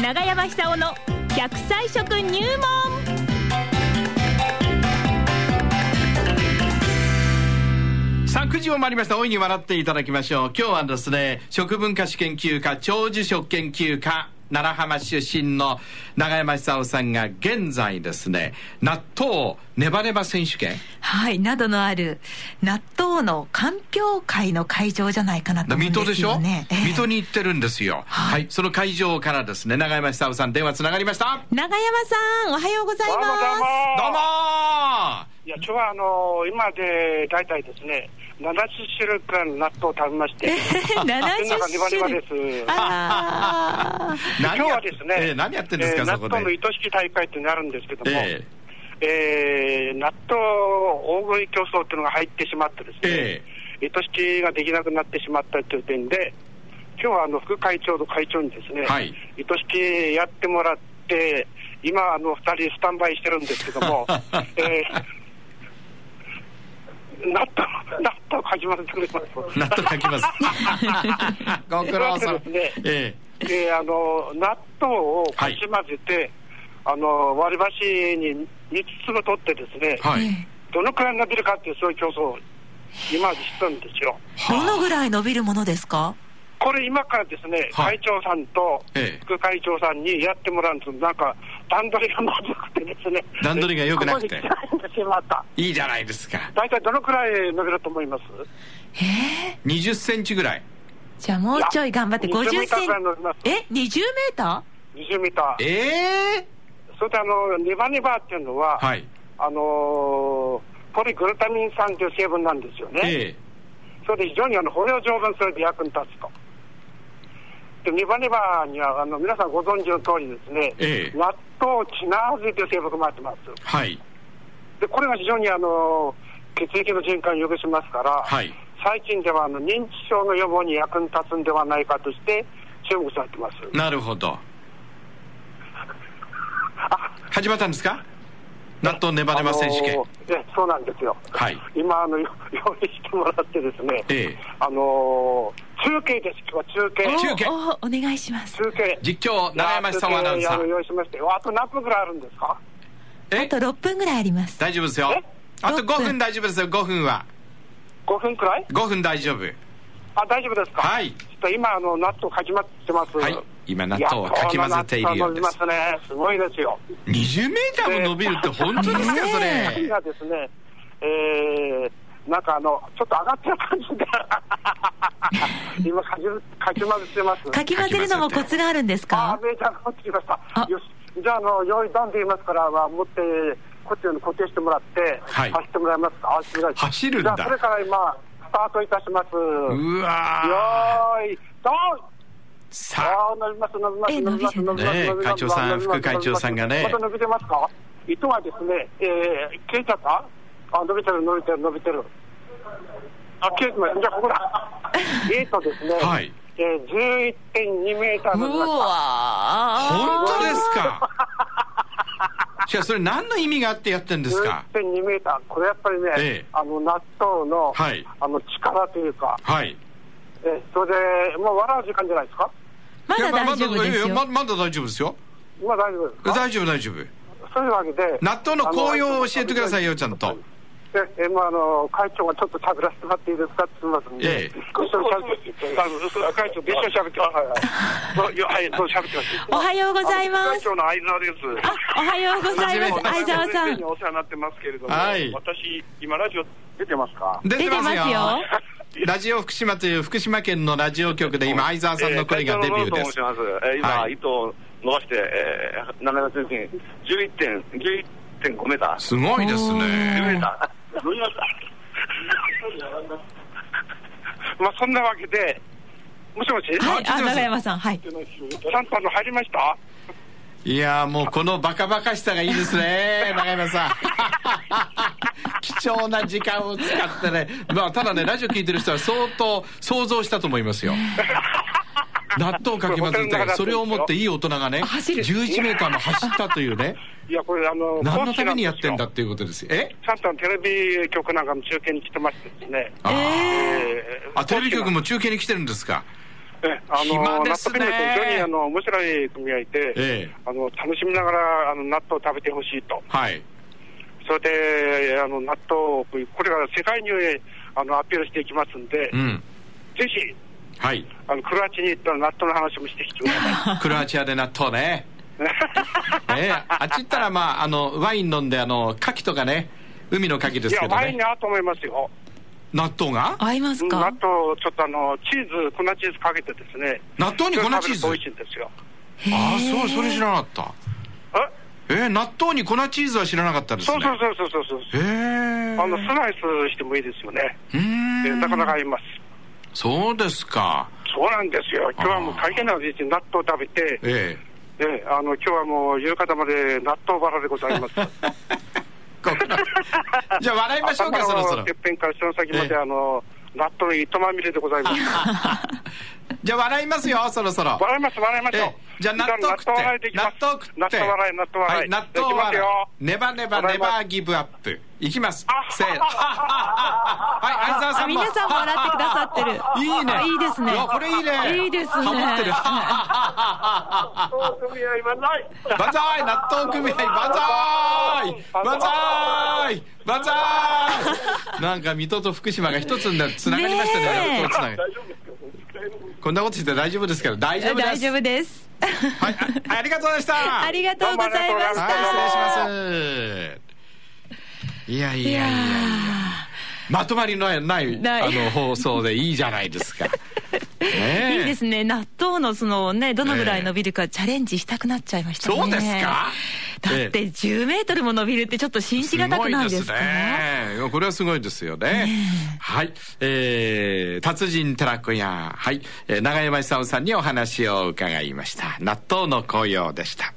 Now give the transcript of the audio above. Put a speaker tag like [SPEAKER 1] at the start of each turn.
[SPEAKER 1] 長山久夫の100歳食入門
[SPEAKER 2] さあ、9時を回りました。大いに笑っていただきましょう。今日はですね、食文化史研究家、長寿食研究家、奈良浜出身の永山久夫さんが現在ですね、納豆ネバネバ選手権。
[SPEAKER 3] はい、などのある納豆の鑑評会の会場じゃないかなと思うん
[SPEAKER 2] 水
[SPEAKER 3] です
[SPEAKER 2] 戸
[SPEAKER 3] よ、ね。
[SPEAKER 2] でしょ、
[SPEAKER 3] ええ
[SPEAKER 2] 水戸に行ってるんですよ。はい、その会場からですね、永山久夫さん電話つながりました。
[SPEAKER 3] 長山さん、おはようござい
[SPEAKER 4] どうもどうも
[SPEAKER 3] ま
[SPEAKER 2] どうもー
[SPEAKER 4] いや、今日はあの今で大体ですね、70種類くらいの納豆を食べまして、
[SPEAKER 3] す。70
[SPEAKER 4] ネバネバ
[SPEAKER 3] 種
[SPEAKER 4] です
[SPEAKER 3] 類。あらー
[SPEAKER 2] 何
[SPEAKER 4] 今日
[SPEAKER 2] や
[SPEAKER 4] は
[SPEAKER 2] っ
[SPEAKER 4] ですね、
[SPEAKER 2] ええ何やってんですか、
[SPEAKER 4] え
[SPEAKER 2] そ
[SPEAKER 4] ー
[SPEAKER 2] こで
[SPEAKER 4] 納。豆の愛しき大会っていうのがあるんですけども、
[SPEAKER 2] え
[SPEAKER 4] えー納豆大食い競争っていうのが入ってしまってですね、愛しきができなくなってしまったという点で、今日はあの副会長と会長にですね、
[SPEAKER 2] はい
[SPEAKER 4] 愛しきやってもらって、今、あの二人スタンバイしてるんですけど も、えー納豆、納豆始まると思います。
[SPEAKER 2] 納豆書 きます。ご苦労さん
[SPEAKER 4] そうですね。
[SPEAKER 2] え
[SPEAKER 4] であの納豆をかき混ぜて、あの割り箸に3つ粒取ってですね、
[SPEAKER 2] えはい。
[SPEAKER 4] どのくらい伸びるかっていうそういう競争を今までしたんですよ。
[SPEAKER 3] どのぐらい伸びるものですか
[SPEAKER 4] これ今からですね、
[SPEAKER 2] はい
[SPEAKER 4] 会長さんと
[SPEAKER 2] ええ
[SPEAKER 4] 副会長さんにやってもらうんですなんか段取りがまずくてですね。
[SPEAKER 2] 段取りが良くなくて
[SPEAKER 4] ここに来たんですよまた。
[SPEAKER 2] いいじゃないですか。
[SPEAKER 4] 大体どのくらい伸びると思います
[SPEAKER 3] ええ
[SPEAKER 2] 20センチぐらい。
[SPEAKER 3] じゃあもうちょい頑張って
[SPEAKER 4] いや
[SPEAKER 3] 50
[SPEAKER 4] 20
[SPEAKER 3] セン
[SPEAKER 4] メーターぐらい乗ります
[SPEAKER 3] チ。え、20メータ
[SPEAKER 4] ?20 メーター。
[SPEAKER 2] ええ
[SPEAKER 4] それであの、ネバネバっていうのは、
[SPEAKER 2] はい。
[SPEAKER 4] あのーポリグルタミン酸という成分なんですよね。
[SPEAKER 2] え
[SPEAKER 4] それで非常にあの骨を丈夫にする美役に立つと。で、ネバネバにはあの皆さんご存知の通りですね、
[SPEAKER 2] ええ
[SPEAKER 4] 納豆チナーゼという成分が回ってます。
[SPEAKER 2] えはい。
[SPEAKER 4] で、これが非常にあの血液の循環を良くしますから、
[SPEAKER 2] はい。
[SPEAKER 4] 最近ではあの認知症の予防に役に立つんではないかとして注目されてます。
[SPEAKER 2] なるほど。始まったんですか納豆ネバネバ選手
[SPEAKER 4] あ
[SPEAKER 2] 権
[SPEAKER 4] の。えそうなんですよ。
[SPEAKER 2] はい
[SPEAKER 4] 今あの、よ 用意してもらってですね、
[SPEAKER 2] ええ
[SPEAKER 4] あの中継です、今日は中継。
[SPEAKER 3] ー
[SPEAKER 2] 中継
[SPEAKER 3] おおお願いします。
[SPEAKER 4] 中継。
[SPEAKER 2] 実況、長山久夫アナウンサ
[SPEAKER 4] いや
[SPEAKER 2] ー。
[SPEAKER 4] 用意しましたよ。あと何分ぐらいあるんですか
[SPEAKER 3] あ
[SPEAKER 2] え
[SPEAKER 3] と6分ぐらいあります。
[SPEAKER 2] 大丈夫ですよ
[SPEAKER 4] え。
[SPEAKER 2] あと
[SPEAKER 3] 六
[SPEAKER 2] 5
[SPEAKER 3] 分
[SPEAKER 2] 分大丈夫ですよ、5分は。
[SPEAKER 4] ?5 分くらい
[SPEAKER 2] 5分大丈夫。
[SPEAKER 4] あ、大丈夫ですか
[SPEAKER 2] はい
[SPEAKER 4] ちょっと今、あの、納豆かき混ぜてます。
[SPEAKER 2] はい。今、納豆をかき混ぜているようで
[SPEAKER 4] いや
[SPEAKER 2] す
[SPEAKER 4] こ。の納豆伸びますね。すごいですよ。
[SPEAKER 2] 20メーターも伸びるって本当ですか、そ
[SPEAKER 3] ね
[SPEAKER 4] 次
[SPEAKER 2] れ。
[SPEAKER 4] がですね、えー、なんかあの、ちょっと上がってる 感じで、今かき、かき混ぜてます。
[SPEAKER 3] かき混ぜるのもコツがあるんです
[SPEAKER 4] あ
[SPEAKER 3] か
[SPEAKER 4] ー、メーターが落ちてきまし
[SPEAKER 3] あ
[SPEAKER 4] た。よし。じゃあ、あの、用意段で言いますから、まあ、持って、こっちに固定してもらって、
[SPEAKER 2] はい
[SPEAKER 4] 走ってもらえますか。あお願いします
[SPEAKER 2] 走るんだ
[SPEAKER 4] じゃあ、それから今、スタートいたします。
[SPEAKER 2] う
[SPEAKER 4] よ
[SPEAKER 2] わー。
[SPEAKER 4] ーい、ドン
[SPEAKER 2] さあ。
[SPEAKER 4] ああ、伸びます、伸びます、
[SPEAKER 3] え
[SPEAKER 4] 伸びます、
[SPEAKER 3] 伸び
[SPEAKER 4] 伸びます。
[SPEAKER 2] ねえ
[SPEAKER 4] 伸びます
[SPEAKER 2] 会長さん
[SPEAKER 4] 伸びます
[SPEAKER 2] 副会長さんがね
[SPEAKER 4] また伸びてますか糸はですね、えー、消えちゃったあ、伸びてる、伸びてる、伸びてる。あ、消えてます。じゃあ、こ こだ。えーとですね、
[SPEAKER 2] はい
[SPEAKER 4] えー、11.2メーター
[SPEAKER 3] う
[SPEAKER 4] 伸びました。
[SPEAKER 2] 本
[SPEAKER 3] わ
[SPEAKER 2] 当ですかじゃあそれ何の意味があってやってんですか
[SPEAKER 4] 11.2メーター。これやっぱりね、
[SPEAKER 2] ええ
[SPEAKER 4] あの、納豆の、
[SPEAKER 2] はい
[SPEAKER 4] あの、力というか、
[SPEAKER 2] はい
[SPEAKER 4] えーそれで、もう笑う時間じゃないですか
[SPEAKER 3] ま
[SPEAKER 2] いや
[SPEAKER 3] だ
[SPEAKER 2] ま
[SPEAKER 3] 大丈夫です
[SPEAKER 2] いや
[SPEAKER 3] よ。
[SPEAKER 2] ままだ大丈夫ですよ
[SPEAKER 4] 今大丈夫ですか
[SPEAKER 2] 大丈夫大丈夫
[SPEAKER 4] そういうわけで。
[SPEAKER 2] 納豆の効用を教えてくださいよ
[SPEAKER 4] あの
[SPEAKER 2] ちゃんと。
[SPEAKER 4] え、え、まあ、あの、会長がちょっと喋らせてもらっていいですかって言いますん
[SPEAKER 2] ええ
[SPEAKER 4] で。少し喋ってあのそう会長、別所喋ってます。はいはい。そうよはい、そう喋ってます。
[SPEAKER 3] おはようございま
[SPEAKER 4] 会
[SPEAKER 3] す。
[SPEAKER 4] 長の相沢です。
[SPEAKER 3] あ、おはようございます。相沢さん
[SPEAKER 4] 先生に。お世話になってますけれども、
[SPEAKER 2] はい
[SPEAKER 4] 私、今ラジオ出てますか
[SPEAKER 2] 出
[SPEAKER 3] 出てますよ。
[SPEAKER 2] ラジオ福島という福島県のラジオ局で今相沢さんの声がデビューです
[SPEAKER 5] えー会長の野々野と申します。えー今、
[SPEAKER 2] はい
[SPEAKER 5] 糸を伸ばして、えー、長山先生に11.、11.5メーター。
[SPEAKER 2] すごいです
[SPEAKER 5] 10メ
[SPEAKER 2] ね
[SPEAKER 5] ーター。伸びました。
[SPEAKER 4] まあ、そんなわけで、もしもし
[SPEAKER 3] はい、あ、
[SPEAKER 2] あ聞いてます
[SPEAKER 3] 長山さん、はい。
[SPEAKER 4] ちゃんとあの、入りました
[SPEAKER 2] いやーもうこのバカバカしさがいいですね 長山さん貴重な時間を使ってね、まあ、ただねラジオ聞いてる人は相当想像したと思いますよ納豆かき混ぜてそれを持っていい大人がね
[SPEAKER 3] 走る
[SPEAKER 2] 11メーターも走ったというね
[SPEAKER 4] いや、これ、あの、
[SPEAKER 2] 何の
[SPEAKER 4] 講師
[SPEAKER 2] た
[SPEAKER 4] な
[SPEAKER 2] めに
[SPEAKER 4] ですよ
[SPEAKER 2] やってんだっていうことですよえ
[SPEAKER 4] ちゃんとあのテレビ局なんかの中継に来てましてですね。
[SPEAKER 2] あー
[SPEAKER 4] えー
[SPEAKER 2] あテレビ局も中継に来てるんですか
[SPEAKER 4] えあの
[SPEAKER 2] 暇で
[SPEAKER 4] 納
[SPEAKER 2] す
[SPEAKER 4] 豆
[SPEAKER 2] ね
[SPEAKER 4] ピラフ非常にあの面白い組合で、
[SPEAKER 2] ええ
[SPEAKER 4] あの楽しみながらあの納豆を食べてほしいと、
[SPEAKER 2] はい。
[SPEAKER 4] それであの納豆を、これから世界にあのアピールしていきますんで、
[SPEAKER 2] うん。
[SPEAKER 4] ぜひ
[SPEAKER 2] はい。
[SPEAKER 4] あのクロアチアに行ったら納豆の話もしてきてください。
[SPEAKER 2] クロアチアで納豆 ね。ええあっち行ったら、まあ、あの、ワイン飲んで、あの、牡蠣とかね、海の牡蠣で
[SPEAKER 4] い
[SPEAKER 2] す
[SPEAKER 4] や、
[SPEAKER 2] けど
[SPEAKER 4] ワイン
[SPEAKER 2] ね。
[SPEAKER 4] に合うと思いますよ。
[SPEAKER 2] 納豆が
[SPEAKER 6] 合います
[SPEAKER 4] うん
[SPEAKER 6] か、
[SPEAKER 4] 納豆、ちょっとあの、チーズ、粉チーズかけてですね。
[SPEAKER 2] 納豆に粉チーズ
[SPEAKER 4] それを食べると美味しいんですよ。
[SPEAKER 2] ああ、そう、それ知らなか
[SPEAKER 4] あ
[SPEAKER 2] った。ええ納豆に粉チーズは知らなかったですね。
[SPEAKER 4] そうそうそうそうそうそう。
[SPEAKER 2] へえ
[SPEAKER 4] あの、スライスしてもいいですよね。
[SPEAKER 2] うー
[SPEAKER 4] え
[SPEAKER 2] ん
[SPEAKER 4] なかなか合います。
[SPEAKER 2] そうですか。
[SPEAKER 4] そうなんですよ。今日はもう大変な時に納豆食べて、
[SPEAKER 2] ええ。
[SPEAKER 4] ええあの、今日はもう夕方まで納豆バラでございます。
[SPEAKER 2] じゃあ笑いましょうか、 そろそろ
[SPEAKER 4] 頭のてっ。ぺんから下の先ま
[SPEAKER 2] え
[SPEAKER 4] で、あの、納豆の糸まみれでございます。
[SPEAKER 2] じゃあ笑いますよ、そろそろ。
[SPEAKER 4] 笑います、笑いましょう
[SPEAKER 2] え。じゃあ納豆食って
[SPEAKER 4] 納豆笑いでいきます。
[SPEAKER 2] 納豆食って
[SPEAKER 4] 納豆笑い、納豆笑い。
[SPEAKER 2] 納豆
[SPEAKER 4] いきます
[SPEAKER 2] 笑い
[SPEAKER 4] よ。
[SPEAKER 2] ネバネバ
[SPEAKER 4] 笑
[SPEAKER 2] ネ
[SPEAKER 4] います
[SPEAKER 2] バーギブアップいきます
[SPEAKER 4] あ
[SPEAKER 2] せーのは い相沢さ
[SPEAKER 6] あ
[SPEAKER 2] んも
[SPEAKER 6] 皆さん笑ってくださってる
[SPEAKER 2] いいね
[SPEAKER 6] いいですね
[SPEAKER 2] いやこれいいね
[SPEAKER 6] いいですね
[SPEAKER 2] ハモってる
[SPEAKER 4] 組合はない。
[SPEAKER 2] 万歳納豆組合万歳万歳万歳なんか水戸と福島が一つになつながりましたね
[SPEAKER 6] ねえ
[SPEAKER 2] 納豆つながりこんなことして大丈夫ですから大丈夫です
[SPEAKER 6] 大丈夫です。
[SPEAKER 2] はいあありがとうございました
[SPEAKER 6] ありがとうございまし
[SPEAKER 4] どうもありがとうござい
[SPEAKER 6] た。
[SPEAKER 4] ました
[SPEAKER 2] はい、失礼します。いやいやいやいや。まとまりのない
[SPEAKER 6] ない
[SPEAKER 2] あの放送でいいじゃないで すか。ねえ
[SPEAKER 6] いいですね。納豆のそのね、どのぐらい伸びるかチャレンジしたくなっちゃいましたね。
[SPEAKER 2] そうですか
[SPEAKER 6] だって10メートルも伸びるってちょっと信じがたくないですか
[SPEAKER 2] ごいですね。これはすごいですよね。はい。えー、達人寺子屋。はい。えー長山久夫さんにお話を伺いました。納豆の紅葉でした。